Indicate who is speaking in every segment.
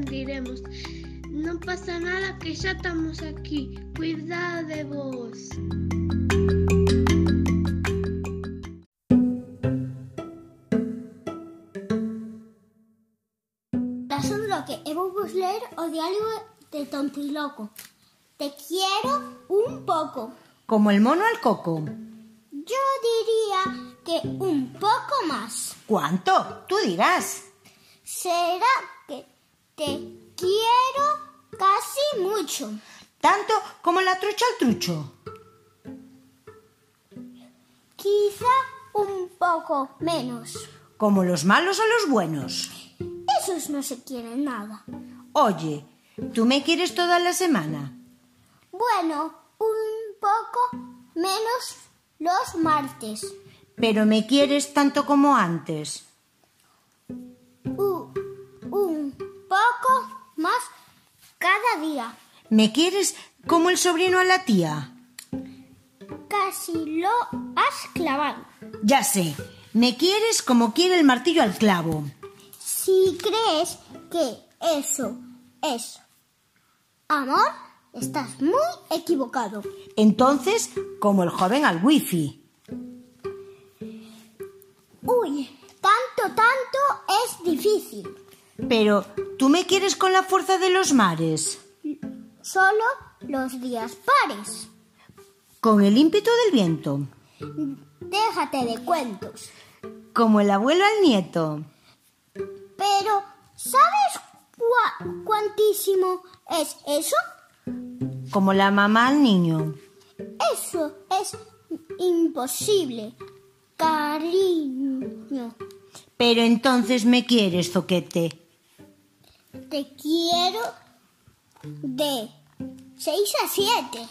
Speaker 1: decimos, no pasa nada que ya estamos aquí, cuidado de vos.
Speaker 2: Tras un bloque, Evo Busler o diálogo de Tontiloco. Te quiero un poco.
Speaker 3: Como el mono al coco.
Speaker 2: Yo diría que un poco más.
Speaker 3: ¿Cuánto? Tú dirás.
Speaker 2: Será que te quiero casi mucho.
Speaker 3: Tanto como la trucha al trucho.
Speaker 2: Quizá un poco menos.
Speaker 3: Como los malos a los buenos.
Speaker 2: Esos no se quieren nada.
Speaker 3: Oye, tú me quieres toda la semana.
Speaker 2: Bueno, un poco menos los martes.
Speaker 3: Pero me quieres tanto como antes.
Speaker 2: U- un poco más cada día.
Speaker 3: Me quieres como el sobrino a la tía.
Speaker 2: Casi lo has clavado.
Speaker 3: Ya sé, me quieres como quiere el martillo al clavo.
Speaker 2: Si crees que eso es amor, estás muy equivocado.
Speaker 3: Entonces, como el joven al wifi.
Speaker 2: Uy, tanto, tanto es difícil.
Speaker 3: Pero tú me quieres con la fuerza de los mares,
Speaker 2: Solo los días pares.
Speaker 3: con el ímpetu del viento,
Speaker 2: Déjate de cuentos.
Speaker 3: como el abuelo al nieto.
Speaker 2: Pero, ¿sabes cua- cuantísimo es eso?
Speaker 3: como la mamá al niño.
Speaker 2: Eso es imposible, cariño.
Speaker 3: Pero entonces me quieres, zoquete.
Speaker 2: Te quiero de 6 a 7.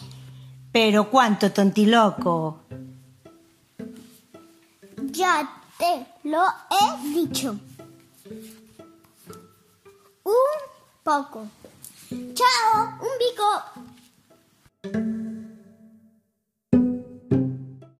Speaker 3: Pero cuánto tontiloco.
Speaker 2: Ya te lo he dicho. Un poco. Chao, un bico.